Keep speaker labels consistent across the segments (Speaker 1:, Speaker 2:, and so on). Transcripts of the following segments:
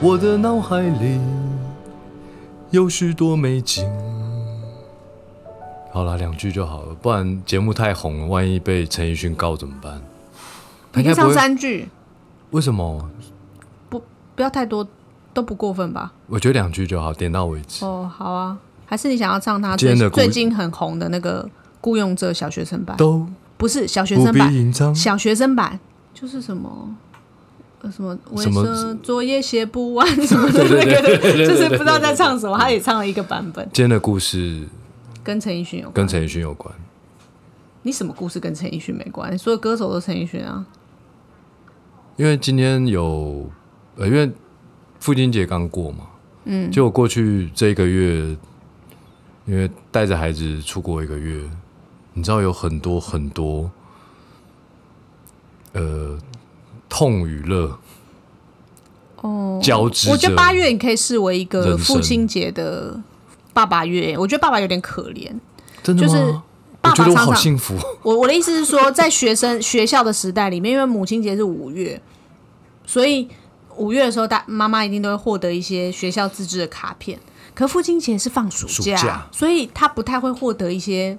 Speaker 1: 我的脑海里有许多美景。好啦，两句就好了，不然节目太红了，万一被陈奕迅告怎么办？他应该不
Speaker 2: 唱
Speaker 1: 会。
Speaker 2: 三句，
Speaker 1: 为什么？
Speaker 2: 不不要太多，都不过分吧？
Speaker 1: 我觉得两句就好，点到为止。
Speaker 2: 哦，好啊，还是你想要唱他
Speaker 1: 今
Speaker 2: 最
Speaker 1: 天的故
Speaker 2: 最近很红的那个《雇佣者小学生版》？
Speaker 1: 都
Speaker 2: 不是小学
Speaker 1: 不
Speaker 2: 生
Speaker 1: 必
Speaker 2: 版，
Speaker 1: 隐藏。
Speaker 2: 小学生版就是什么？呃，什么为
Speaker 1: 什么
Speaker 2: 什作业写不完 什么的那个的，就是不知道在唱什么。他也唱了一个版本，
Speaker 1: 今天的故事
Speaker 2: 跟陈奕迅有关。
Speaker 1: 跟陈奕迅有关。
Speaker 2: 你什么故事跟陈奕迅没关？所有歌手都陈奕迅啊。
Speaker 1: 因为今天有，呃，因为父亲节刚过嘛，嗯，就我过去这一个月，因为带着孩子出国一个月，你知道有很多很多，呃，痛与乐
Speaker 2: 哦，
Speaker 1: 交织着。
Speaker 2: 我觉得八月你可以视为一个
Speaker 1: 人生
Speaker 2: 父亲节的爸爸月。我觉得爸爸有点可怜。
Speaker 1: 真的吗？
Speaker 2: 就是爸
Speaker 1: 我
Speaker 2: 爸
Speaker 1: 觉得我
Speaker 2: 常
Speaker 1: 好
Speaker 2: 常
Speaker 1: 幸福。
Speaker 2: 我我的意思是说，在学生 学校的时代里面，因为母亲节是五月，所以五月的时候，大妈妈一定都会获得一些学校自制的卡片。可父亲节是放暑假，
Speaker 1: 暑假
Speaker 2: 所以他不太会获得一些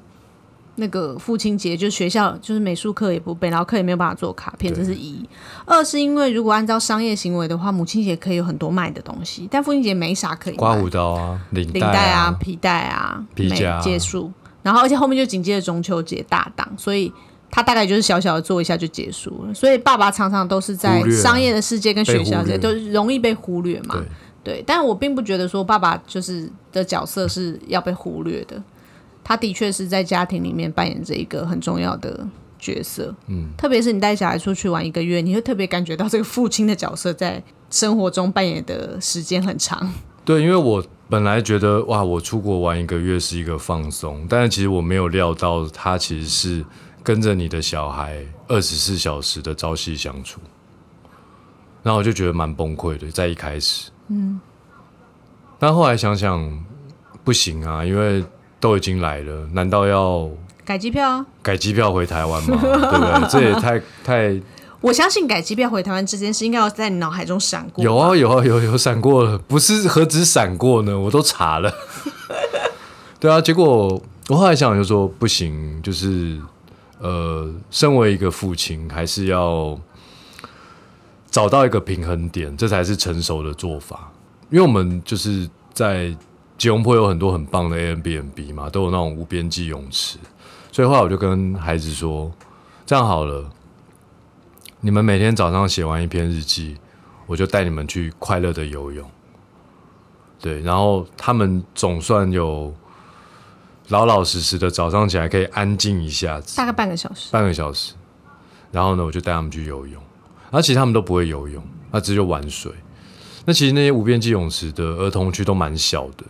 Speaker 2: 那个父亲节，就是学校就是美术课也不备，然后课也没有办法做卡片，
Speaker 1: 对
Speaker 2: 这是一。二是因为如果按照商业行为的话，母亲节可以有很多卖的东西，但父亲节没啥可以
Speaker 1: 刮
Speaker 2: 卖。
Speaker 1: 胡刀啊，领
Speaker 2: 领
Speaker 1: 啊，
Speaker 2: 带啊、皮带啊、
Speaker 1: 皮
Speaker 2: 没
Speaker 1: 夹啊
Speaker 2: 结束，然后而且后面就紧接着中秋节大档，所以他大概就是小小的做一下就结束了。所以爸爸常常都是在
Speaker 1: 忽略啊
Speaker 2: 商业的世界跟学校
Speaker 1: 被忽
Speaker 2: 世
Speaker 1: 略
Speaker 2: 界都容易被忽略嘛
Speaker 1: 对。
Speaker 2: 对，但我并不觉得说爸爸就是的角色是要被忽略的，他的确是在家庭里面扮演着一个很重要的角色。嗯，特别是你带小孩出去玩一个月，你会特别感觉到这个父亲的角色在生活中扮演的时间很长。
Speaker 1: 对，因为我本来觉得哇，我出国玩一个月是一个放松，但是其实我没有料到，他其实是跟着你的小孩二十四小时的朝夕相处，然后我就觉得蛮崩溃的，在一开始，嗯，但后来想想不行啊，因为都已经来了，难道要
Speaker 2: 改机票啊！
Speaker 1: 改机票回台湾吗？对不对？这也太太
Speaker 2: 我相信改机票回台湾这件事应该要在你脑海中闪过。
Speaker 1: 有啊有啊有有闪过了，不是何止闪过呢？我都查了。对啊，结果我后来想想就说不行，就是呃，身为一个父亲，还是要找到一个平衡点，这才是成熟的做法。因为我们就是在吉隆坡有很多很棒的 a b n b 嘛，都有那种无边际泳池，所以后来我就跟孩子说，这样好了，你们每天早上写完一篇日记，我就带你们去快乐的游泳。对，然后他们总算有老老实实的早上起来可以安静一下子
Speaker 2: 大概半个小时。
Speaker 1: 半个小时，然后呢，我就带他们去游泳。然后其实他们都不会游泳，那只是就玩水。那其实那些无边际泳池的儿童区都蛮小的，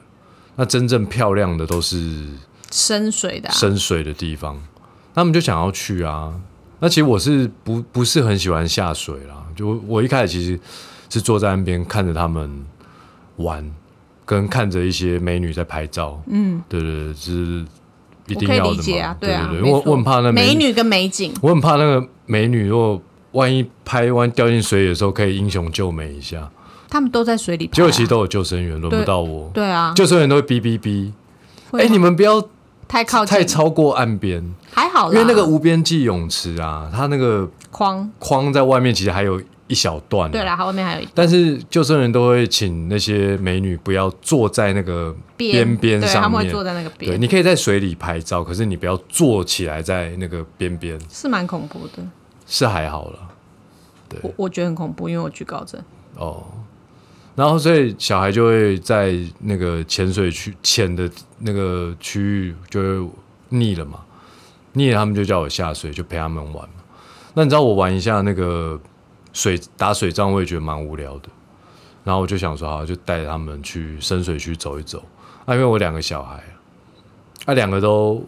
Speaker 1: 那真正漂亮的都是
Speaker 2: 深水的、啊，
Speaker 1: 深水的地方，他们就想要去啊。那其实我是不不是很喜欢下水啦，就我一开始其实是坐在岸边看着他们玩，跟看着一些美女在拍照，嗯，对对对，是一
Speaker 2: 我
Speaker 1: 定
Speaker 2: 可以
Speaker 1: 要的
Speaker 2: 理
Speaker 1: 嘛，
Speaker 2: 解啊，
Speaker 1: 对
Speaker 2: 啊，
Speaker 1: 对对，因为
Speaker 2: 没
Speaker 1: 我
Speaker 2: 错
Speaker 1: 我很怕那
Speaker 2: 美
Speaker 1: 美
Speaker 2: 女跟美景，
Speaker 1: 我很怕那个美女，如果万一拍完掉进水里的时候，可以英雄救美一下。
Speaker 2: 他们都在水里拍啊、
Speaker 1: 结果其实都有救生员，轮不到我，
Speaker 2: 对啊，
Speaker 1: 救生员都会哔哔哔。
Speaker 2: 会
Speaker 1: 哎、
Speaker 2: 吗
Speaker 1: 你们不要
Speaker 2: 太靠近
Speaker 1: 太超过岸边，
Speaker 2: 还好
Speaker 1: 因
Speaker 2: 啦，
Speaker 1: 为那个无边际泳池啊，它那个
Speaker 2: 框，
Speaker 1: 框在外面，其实还有一小段、啊
Speaker 2: 对。啦，它外面还有一
Speaker 1: 但是救生员都会请那些美女不要坐在那个边
Speaker 2: 边
Speaker 1: 边
Speaker 2: 对，他
Speaker 1: 上
Speaker 2: 们会
Speaker 1: 面。
Speaker 2: 坐在那个
Speaker 1: 对，
Speaker 2: 边，
Speaker 1: 你可以在水里拍照，可是你不要坐起来在那个边边，
Speaker 2: 是蛮恐怖的。
Speaker 1: 是还好了。
Speaker 2: 我我觉得很恐怖，因为我惧高症。
Speaker 1: 哦，然后所以小孩就会在那个浅水区浅的那个区域就会腻了嘛，腻了他们就叫我下水，就陪他们玩嘛。那你知道我玩一下那个水打水仗，我也觉得蛮无聊的。然后我就想说，好，就带他们去深水区走一走。啊，因为我两个小孩啊，啊，两个都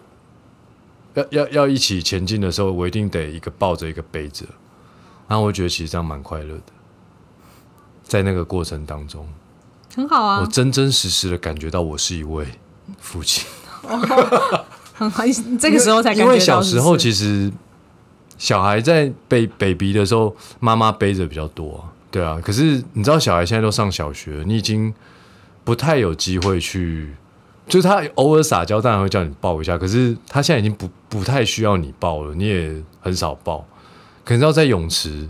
Speaker 1: 要要要一起前进的时候，我一定得一个抱着一个背着。然后我觉得其实这样蛮快乐的。在那个过程当中，
Speaker 2: 很好
Speaker 1: 我
Speaker 2: 啊，
Speaker 1: 真真实实的感觉到我是一位父亲。
Speaker 2: 很好。你这个时候才感觉
Speaker 1: 因
Speaker 2: 到
Speaker 1: 为小时候
Speaker 2: 实
Speaker 1: 其实小孩在被 baby 的时候，妈妈背着比较多啊、对啊，可是你知道，小孩现在都上小学，你已经不太有机会去，就是他偶尔撒娇，当然会叫你抱一下，可是他现在已经不不太需要你抱了，你也很少抱，可能要在泳池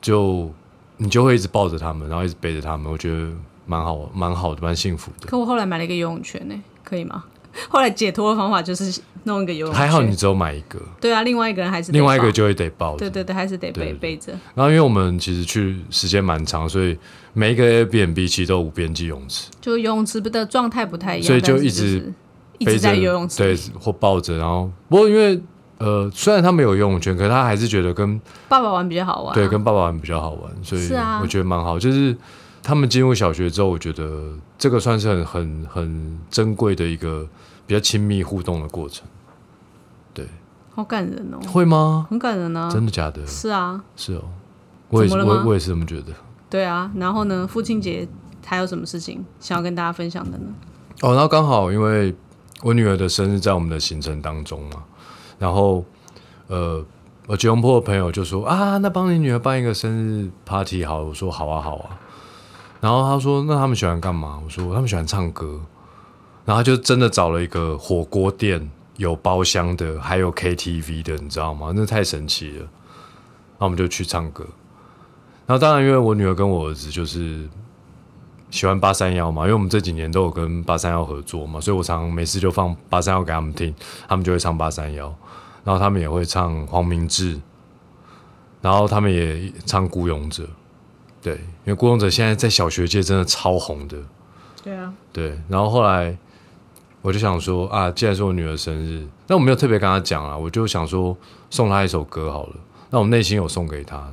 Speaker 1: 就你就会一直抱着他们，然后一直背着他们，我觉得蛮好，蛮好的，蛮幸福的。
Speaker 2: 可我后来买了一个游泳圈呢、欸可以吗？后来解脱的方法就是弄一个游泳圈。
Speaker 1: 还好你只有买一个，
Speaker 2: 对啊，另外一个人还是得
Speaker 1: 另外一个
Speaker 2: 抱
Speaker 1: 就会得抱着。
Speaker 2: 对对对，还是得
Speaker 1: 对
Speaker 2: 背
Speaker 1: 对
Speaker 2: 背着。
Speaker 1: 然后因为我们其实去时间蛮长，所以每一个 Airbnb 其实都有无边际泳池，
Speaker 2: 就游泳池的状态不太一样，
Speaker 1: 所以就
Speaker 2: 但是
Speaker 1: 一
Speaker 2: 就
Speaker 1: 直
Speaker 2: 是一
Speaker 1: 背
Speaker 2: 直
Speaker 1: 着
Speaker 2: 在游泳池
Speaker 1: 对
Speaker 2: 里。
Speaker 1: 或抱着，然后不过因为呃虽然他们有游泳圈，可是他还是觉得跟
Speaker 2: 爸爸玩比较好玩啊、
Speaker 1: 对跟爸爸玩比较好玩，所以
Speaker 2: 是啊
Speaker 1: 我觉得蛮好。就是他们进入小学之后，我觉得这个算是很很很珍贵的一个比较亲密互动的过程，
Speaker 2: 好感人哦，
Speaker 1: 会吗？
Speaker 2: 很感人啊。
Speaker 1: 真的假的？
Speaker 2: 是啊，
Speaker 1: 是哦，我也是
Speaker 2: 怎么了吗
Speaker 1: 我我也是这么觉得。
Speaker 2: 对啊。然后呢，父亲节还有什么事情想要跟大家分享的呢？
Speaker 1: 哦，然后刚好因为我女儿的生日在我们的行程当中嘛，然后呃，我吉隆坡的朋友就说啊，那帮你女儿办一个生日 party 好了，我说好啊好啊，然后他说那他们喜欢干嘛？我说他们喜欢唱歌，然后他就真的找了一个火锅店，有包厢的，还有 KTV 的，你知道吗？那太神奇了，然后我们就去唱歌。然后当然，因为我女儿跟我儿子就是喜欢八三幺嘛，因为我们这几年都有跟八三幺合作嘛，所以我常常没事就放八三幺给他们听，他们就会唱八三幺，然后他们也会唱黄明志，然后他们也唱孤勇者，对，因为孤勇者现在在小学界真的超红的，
Speaker 2: 对啊，
Speaker 1: 对，然后后来我就想说啊，既然是我女儿生日，那我没有特别跟她讲啊，我就想说送她一首歌好了。那我内心有送给她，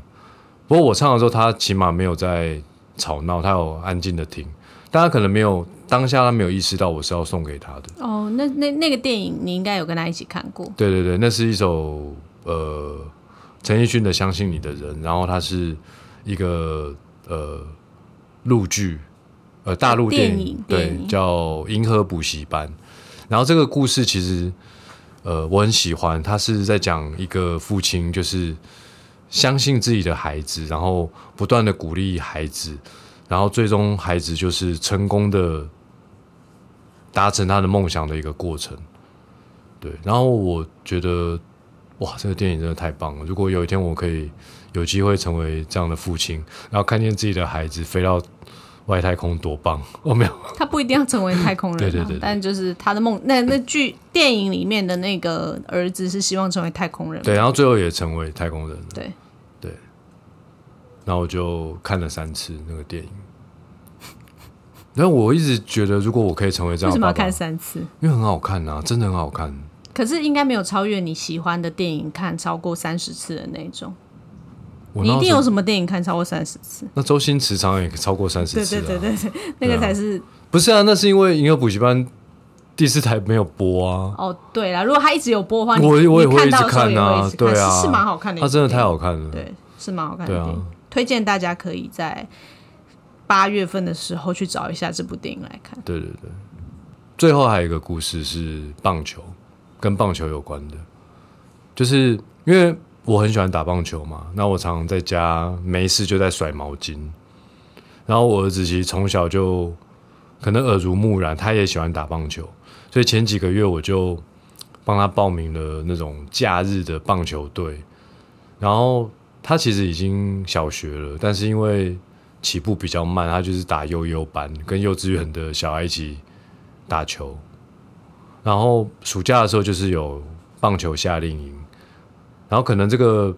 Speaker 1: 不过我唱的时候，她起码没有在吵闹，她有安静的听。但她可能没有当下，她没有意识到我是要送给她的。
Speaker 2: 哦，那那那个电影你应该有跟他一起看 过，
Speaker 1: 对对对，那是一首呃陈奕迅的《相信你的人》，然后它是一个呃陆剧，呃大陆电影，
Speaker 2: 电影
Speaker 1: 对，
Speaker 2: 电影
Speaker 1: 叫《银河补习班》。然后这个故事其实呃我很喜欢，它是在讲一个父亲就是相信自己的孩子，然后不断的鼓励孩子，然后最终孩子就是成功的达成他的梦想的一个过程。对，然后我觉得，哇，这个电影真的太棒了！如果有一天我可以有机会成为这样的父亲，然后看见自己的孩子飞到外太空，多棒！哦，没有，
Speaker 2: 他不一定要成为太空人、啊，
Speaker 1: 对对对对
Speaker 2: 但就是他的梦。那那剧电影里面的那个儿子是希望成为太空人，
Speaker 1: 对，然后最后也成为太空人了。
Speaker 2: 对
Speaker 1: 对，然后我就看了三次那个电影。然后我一直觉得，如果我可以成为这
Speaker 2: 为
Speaker 1: 样
Speaker 2: 什
Speaker 1: 的爸
Speaker 2: 么要
Speaker 1: 爸
Speaker 2: 看，三次？
Speaker 1: 因为很好看啊，真的很好看。
Speaker 2: 可是应该没有超越你喜欢的电影看超过三十次的那种。
Speaker 1: 我
Speaker 2: 你
Speaker 1: 那
Speaker 2: 一定
Speaker 1: 时候
Speaker 2: 有什么电影看超过三十次？
Speaker 1: 那周星驰常常也超过三十
Speaker 2: 对
Speaker 1: 次、啊，
Speaker 2: 对对对对，那个才是、
Speaker 1: 不是啊，那是因为银河补习班第四台没有播啊。
Speaker 2: 哦，对啦，如果他一直有播的话，你
Speaker 1: 我
Speaker 2: 你
Speaker 1: 我也会
Speaker 2: 看
Speaker 1: 一直
Speaker 2: 到的时候
Speaker 1: 看
Speaker 2: 也
Speaker 1: 啊
Speaker 2: 会一直看
Speaker 1: 对啊
Speaker 2: 是是蛮好看的一
Speaker 1: 它
Speaker 2: 部
Speaker 1: 真
Speaker 2: 电
Speaker 1: 的
Speaker 2: 影，
Speaker 1: 太好看了。
Speaker 2: 对，是蛮好看的
Speaker 1: 对啊
Speaker 2: 电影。推荐大家可以在八月份的时候去找一下这部电影来看。
Speaker 1: 对对对。最后还有一个故事是棒球，跟棒球有关的，就是因为我很喜欢打棒球嘛，那我常常在家没事就在甩毛巾，然后我儿子其实从小就可能耳濡目染，他也喜欢打棒球，所以前几个月我就帮他报名了那种假日的棒球队，然后他其实已经小学了，但是因为起步比较慢，他就是打悠悠班，跟幼稚园的小孩一起打球。然后暑假的时候就是有棒球夏令营，然后可能这个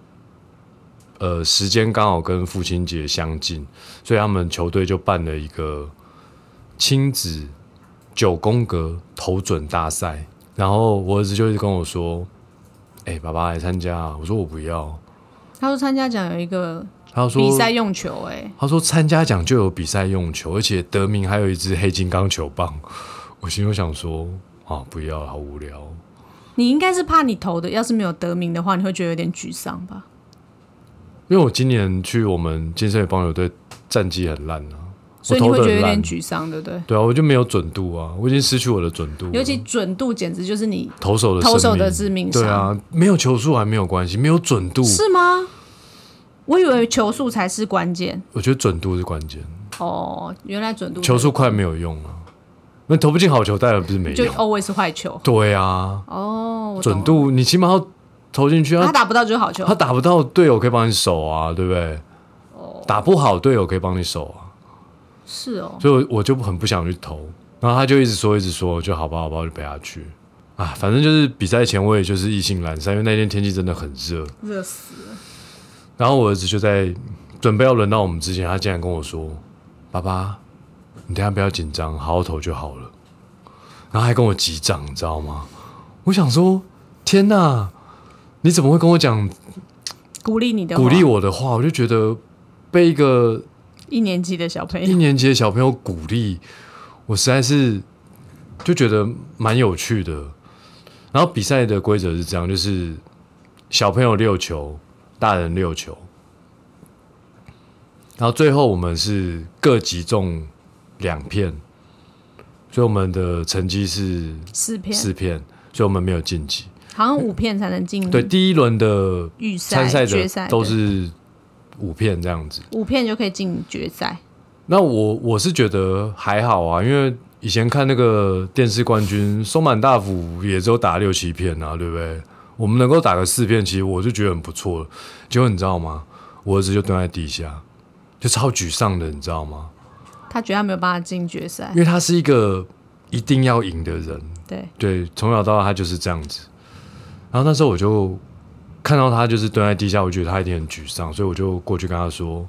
Speaker 1: 呃时间刚好跟父亲节相近，所以他们球队就办了一个亲子九宫格投准大赛。然后我儿子就一直跟我说：“哎、爸爸来参加啊。”我说：“我不要。
Speaker 2: 他说参加奖有一个”
Speaker 1: 他说：“
Speaker 2: 比赛用球、哎，
Speaker 1: 他说参加奖就有比赛用球，而且得名还有一支黑金刚球棒。 我心中想说啊，不要，好无聊。
Speaker 2: 你应该是怕你投的，要是没有得名的话，你会觉得有点沮丧吧？
Speaker 1: 因为我今年去我们金圣宇棒球队战绩很烂啊，
Speaker 2: 所以你
Speaker 1: 我
Speaker 2: 会
Speaker 1: 投
Speaker 2: 觉
Speaker 1: 得
Speaker 2: 得有
Speaker 1: 很烂
Speaker 2: 点。沮丧，对不对？
Speaker 1: 对啊，我就没有准度啊，我已经失去我的准度了。
Speaker 2: 尤其准度简直就是你
Speaker 1: 投手的
Speaker 2: 嗯投手
Speaker 1: 生命
Speaker 2: 的致命伤
Speaker 1: 嗯对啊，没有球速还没有关系，没有准度
Speaker 2: 是吗？我以为球速才是关键
Speaker 1: 我觉得准度是关键，
Speaker 2: 哦，原来准度
Speaker 1: 球速快没有用啊，那投不进好球当然不是没
Speaker 2: 就哦
Speaker 1: 用。
Speaker 2: always 坏球
Speaker 1: 对啊，
Speaker 2: 哦，我懂
Speaker 1: 准
Speaker 2: 了
Speaker 1: 度你起码要投进去
Speaker 2: 他
Speaker 1: 啊，
Speaker 2: 打不到就是好 球
Speaker 1: 他打不到队友可以帮你守啊，对不对？打不好队友可以帮你守啊，
Speaker 2: 是哦，
Speaker 1: 所以我我就很不想去投。然后他就一直说一直说，就好吧好吧，我就陪他去啊。反正就是比赛前我也就是意兴阑珊，因为那天天气真的很热。
Speaker 2: 热死了，
Speaker 1: 然后我儿子就在准备要轮到我们之前，他竟然跟我说：“爸爸，你等一下不要紧张，好好投就好了。”然后还跟我击掌，你知道吗？我想说，天哪，你怎么会跟我讲
Speaker 2: 鼓励你的话
Speaker 1: 鼓励我的话？我就觉得被一个
Speaker 2: 一年级的小朋
Speaker 1: 一
Speaker 2: 友，
Speaker 1: 年级的小朋友鼓励，我实在是就觉得蛮有趣的。然后比赛的规则是这样，就是小朋友六球，大人六球，然后最后我们是各击中两片，所以我们的成绩是
Speaker 2: 四片，
Speaker 1: 四片，所以我们没有晋级。
Speaker 2: 好像五片才能进
Speaker 1: 对，第一轮的
Speaker 2: 预赛
Speaker 1: 参赛者
Speaker 2: 嗯决赛
Speaker 1: 都
Speaker 2: 对
Speaker 1: 是五片这样子。
Speaker 2: 五片就可以进决赛，
Speaker 1: 那我我是觉得还好啊，因为以前看那个电视冠军松满大辅也只有打六七片啊，对不对？我们能够打个四片，其实我就觉得很不错了。结果你知道吗？我儿子就蹲在地下，就超沮丧的，你知道吗？
Speaker 2: 他觉得他没有办法进决赛
Speaker 1: 因，为他是一个一定要赢的人，
Speaker 2: 对，
Speaker 1: 对，从小到大他就是这样子。然后那时候我就看到他就是蹲在地下，我觉得他一定很沮丧，所以我就过去跟他说：“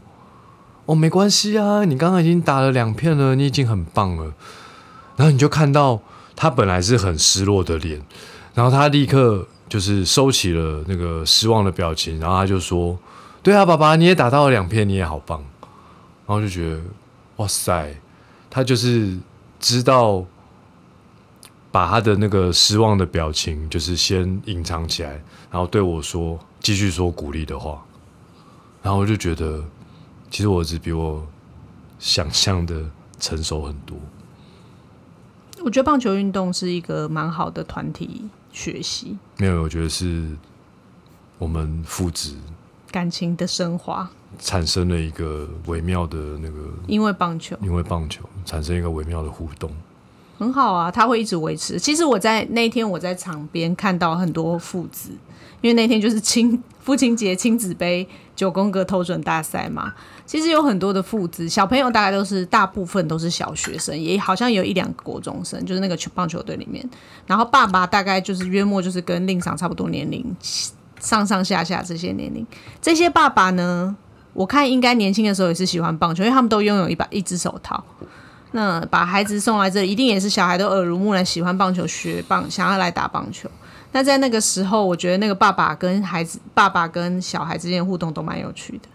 Speaker 1: 哦，没关系啊，你刚刚已经打了两片了，你已经很棒了。”然后你就看到他本来是很失落的脸，然后他立刻就是收起了那个失望的表情，然后他就说：“对啊，爸爸，你也打到了两片，你也好棒。”然后就觉得哇塞，他就是知道把他的那个失望的表情，就是先隐藏起来，然后对我说，继续说鼓励的话，然后我就觉得，其实我儿子比我想象的成熟很多。
Speaker 2: 我觉得棒球运动是一个蛮好的团体学习
Speaker 1: 没有，我觉得是我们父子
Speaker 2: 感情的升华，
Speaker 1: 产生了一个微妙的那个，
Speaker 2: 因为棒球
Speaker 1: 因为棒球产生一个微妙的互动。
Speaker 2: 很好啊，他会一直维持。其实我在那一天我在场边看到很多父子，因为那天就是亲 父亲节亲子杯九宫格投准大赛嘛。其实有很多的父子，小朋友大概都是大部分都是小学生，也好像有一两个国中生，就是那个球棒球队里面。然后爸爸大概就是约莫就是跟令赏差不多年龄，上上下下这些年龄。这些爸爸呢，我看应该年轻的时候也是喜欢棒球，因为他们都拥有一把一只手套。那把孩子送来这里，一定也是小孩都耳濡目染，喜欢棒球，学棒，想要来打棒球。那在那个时候，我觉得那个爸爸跟孩子、爸爸跟小孩之间的互动都蛮有趣的。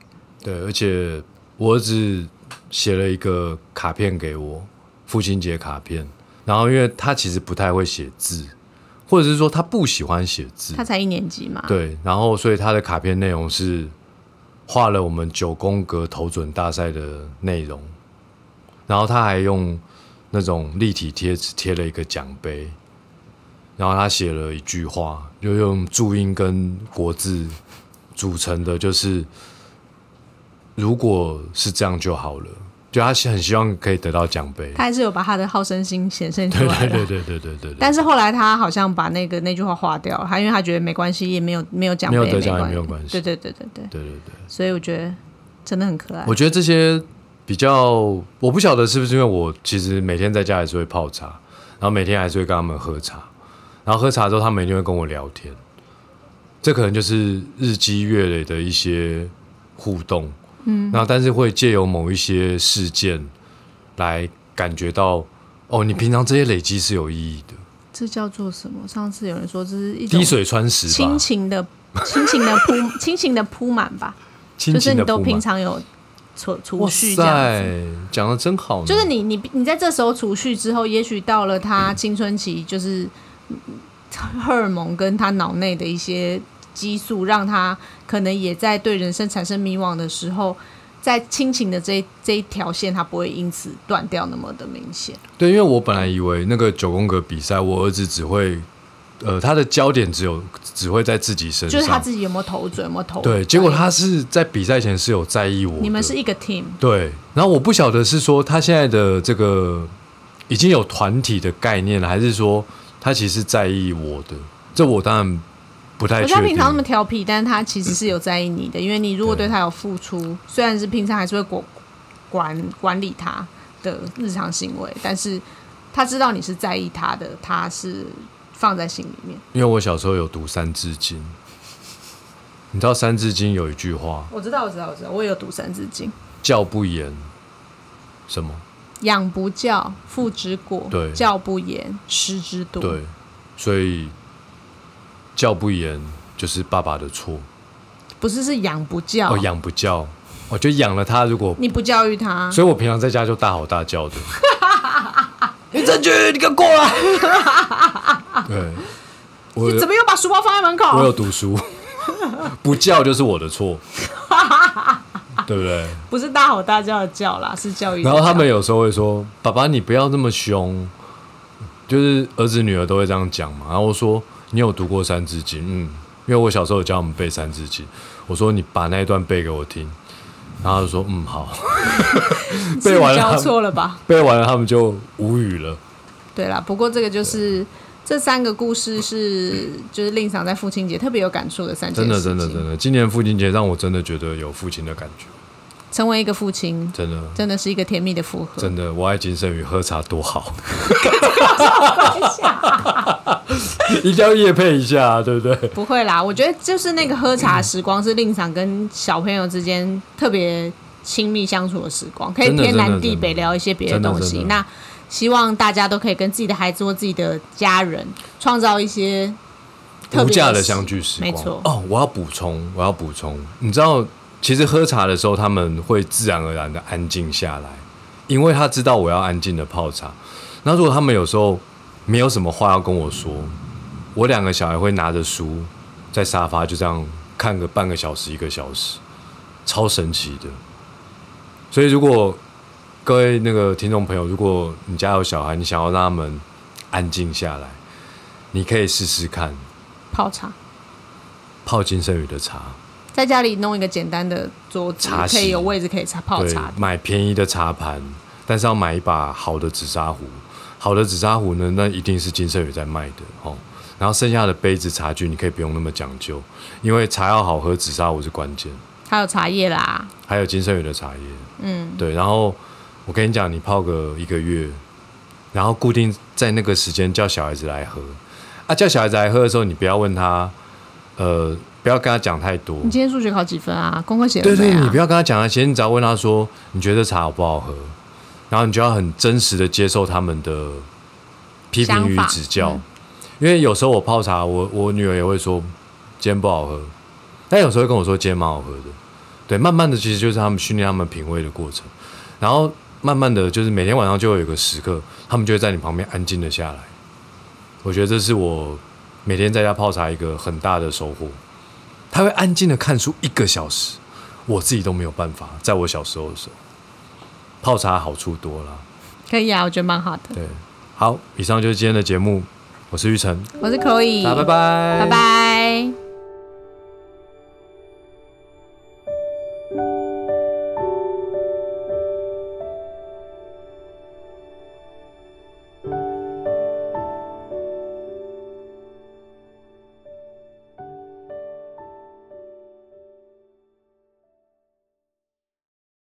Speaker 1: 对，而且我儿子写了一个卡片给我，父亲节卡片。然后因为他其实不太会写字，或者是说他不喜欢写字
Speaker 2: 他，才一年级嘛，
Speaker 1: 对，然后所以他的卡片内容是画了我们九宫格投准大赛的内容，然后他还用那种立体贴纸贴了一个奖杯，然后他写了一句话，就用注音跟国字组成的，就是如果是这样就好了，就他很希望可以得到奖杯。
Speaker 2: 他还是有把他的好胜心显现出
Speaker 1: 对
Speaker 2: 来
Speaker 1: 对对
Speaker 2: 的。
Speaker 1: 对对对对对，
Speaker 2: 但是后来他好像把那个那句话划掉了，他因为他觉得没关系，也没有没有奖杯，
Speaker 1: 没有得奖也
Speaker 2: 关
Speaker 1: 没有关系
Speaker 2: 对对对对对，
Speaker 1: 对对对。
Speaker 2: 所以我觉得真的很可爱。
Speaker 1: 我觉得这些比较，我不晓得是不是因为我其实每天在家还是会泡茶，然后每天还是会跟他们喝茶，然后喝茶之后他们一定会跟我聊天，这可能就是日积月累的一些互动，嗯，然后但是会借由某一些事件来感觉到，哦，你平常这些累积是有意义的，
Speaker 2: 这叫做什么？上次有人说这是一种
Speaker 1: 滴水穿石吧
Speaker 2: 亲，情的、亲情的铺、亲情的铺满吧。
Speaker 1: 亲
Speaker 2: 就是
Speaker 1: 情
Speaker 2: 你
Speaker 1: 的
Speaker 2: 都
Speaker 1: 铺
Speaker 2: 平
Speaker 1: 满。
Speaker 2: 常有储储
Speaker 1: 哇
Speaker 2: 蓄这样子。
Speaker 1: 塞，讲的真好呢，
Speaker 2: 就是你你你在这时候储蓄之后，也许到了他青春期，就是嗯荷尔蒙跟他脑内的一些激素，让他可能也在对人生产生迷惘的时候，在亲情的这一这一条线，他不会因此断掉那么的明显。
Speaker 1: 对，因为我本来以为那个九宫格比赛，我儿子只会呃，他的焦点只有只会在自己身
Speaker 2: 就是他
Speaker 1: 上。
Speaker 2: 自己有没有投准，有没有投
Speaker 1: 对，结果他是在比赛前是有在意我的。
Speaker 2: 你们是一个 team，
Speaker 1: 对，然后我不晓得是说他现在的这个已经有团体的概念了，还是说他其实在意我的？这我当然不太
Speaker 2: 我
Speaker 1: 确
Speaker 2: 觉
Speaker 1: 定。
Speaker 2: 得他平常那么调皮，但是他其实是有在意你的，因为你如果对
Speaker 1: 对
Speaker 2: 他有付出，虽然是平常还是会管管管理他的日常行为，但是他知道你是在意他的，他是放在心里面。
Speaker 1: 因为我小时候有读《三字经》，你知道《三字经》有一句话
Speaker 2: 我知道，我知道，我知道，我也有读《三字经》，
Speaker 1: “教不严”，什么？
Speaker 2: 养不教，父之过；
Speaker 1: 对
Speaker 2: 教不严，师之惰。
Speaker 1: 对，所以教不严就是爸爸的错，
Speaker 2: 不是是养不教，
Speaker 1: 哦，养不教，我就养了他，如果，
Speaker 2: 你不教育他，
Speaker 1: 所以我平常在家就大吼大叫的。 你正确，你给我过来！ 对，我
Speaker 2: 你怎么又把书包放在门
Speaker 1: 我有
Speaker 2: 口？
Speaker 1: 读书， 不教就是我的错，对不对？
Speaker 2: 不是大吼大叫的叫啦，是教育的
Speaker 1: 然
Speaker 2: 教。
Speaker 1: 后他们有时候会说：“爸爸，你不要那么凶。”就是儿子女儿都会这样讲嘛。然后我说：“你有读过《三字经》？”嗯，因为我小时候有教我们背《三字经》。我说：“你把那一段背给我听。”然后他就说：“嗯，好。
Speaker 2: 你”
Speaker 1: 背完了
Speaker 2: 教
Speaker 1: 他们，
Speaker 2: 错了吧？
Speaker 1: 背完了他们就无语了。
Speaker 2: 对啦，不过这个就是这三个故事是就是令赏在父亲节特别有感触的三件
Speaker 1: 真的，
Speaker 2: 事情。
Speaker 1: 真的，真的，今年父亲节让我真的觉得有父亲的感觉。
Speaker 2: 成为一个父亲，
Speaker 1: 真的，
Speaker 2: 真的是一个甜蜜的负荷。
Speaker 1: 真的，我爱金圣宇，喝茶多好，
Speaker 2: 啊
Speaker 1: 一定要夜配一下，啊对不对？
Speaker 2: 不会啦，我觉得就是那个喝茶时光是令赏跟小朋友之间特别亲密相处的时光，可以
Speaker 1: 真的
Speaker 2: 天南地
Speaker 1: 真的
Speaker 2: 北
Speaker 1: 真的
Speaker 2: 聊一些别的
Speaker 1: 真的
Speaker 2: 东
Speaker 1: 真
Speaker 2: 西。
Speaker 1: 的
Speaker 2: 那希望大家都可以跟自己的孩子或自己的家人创造一些特别
Speaker 1: 无价的
Speaker 2: 时
Speaker 1: 相聚时光。
Speaker 2: 没错
Speaker 1: 哦，我要补充，我要补充，你知道，其实喝茶的时候，他们会自然而然的安静下来，因为他知道我要安静的泡茶。那如果他们有时候没有什么话要跟我说，我两个小孩会拿着书在沙发就这样看个半个小时、一个小时，超神奇的。所以，如果各位那个听众朋友，如果你家有小孩，你想要让他们安静下来，你可以试试看。
Speaker 2: 泡茶。
Speaker 1: 泡金圣宇的茶，
Speaker 2: 在家里弄一个简单的桌子
Speaker 1: 茶，
Speaker 2: 可以
Speaker 1: 席
Speaker 2: 有位置可以茶泡
Speaker 1: 对
Speaker 2: 茶，的。
Speaker 1: 买便宜的茶盘，但是要买一把好的紫砂壶。好的紫砂壶呢，那一定是金圣宇在卖的哦。然后剩下的杯子、茶具，你可以不用那么讲究，因为茶要好喝，紫砂壶是关键。
Speaker 2: 还有茶叶啦，
Speaker 1: 还有金圣宇的茶叶，嗯，对。然后我跟你讲，你泡个一个月，然后固定在那个时间叫小孩子来喝。啊，叫小孩子来喝的时候，你不要问他，呃，不要跟他讲太多。
Speaker 2: 你今天数学考几分啊？功课写了
Speaker 1: 对
Speaker 2: 没
Speaker 1: 对，
Speaker 2: 啊？
Speaker 1: 你不要跟他讲那些，你只要问他说你觉得茶好不好喝，然后你就要很真实的接受他们的批评
Speaker 2: 想
Speaker 1: 与
Speaker 2: 法嗯
Speaker 1: 指教。因为有时候我泡茶，我我女儿也会说今天不好喝，但有时候会跟我说今天蛮好喝的。对，慢慢的其实就是他们训练他们品味的过程，然后慢慢的就是每天晚上就会有一个时刻，他们就会在你旁边安静的下来。我觉得这是我每天在家泡茶一个很大的收获。他会安静的看书一个小时，我自己都没有办法。在我小时候的时候，泡茶好处多了。
Speaker 2: 可以啊，我觉得蛮好的。
Speaker 1: 对，好，以上就是今天的节目，我是玉成，
Speaker 2: 我是 Chloe，
Speaker 1: 大家拜拜，
Speaker 2: 拜拜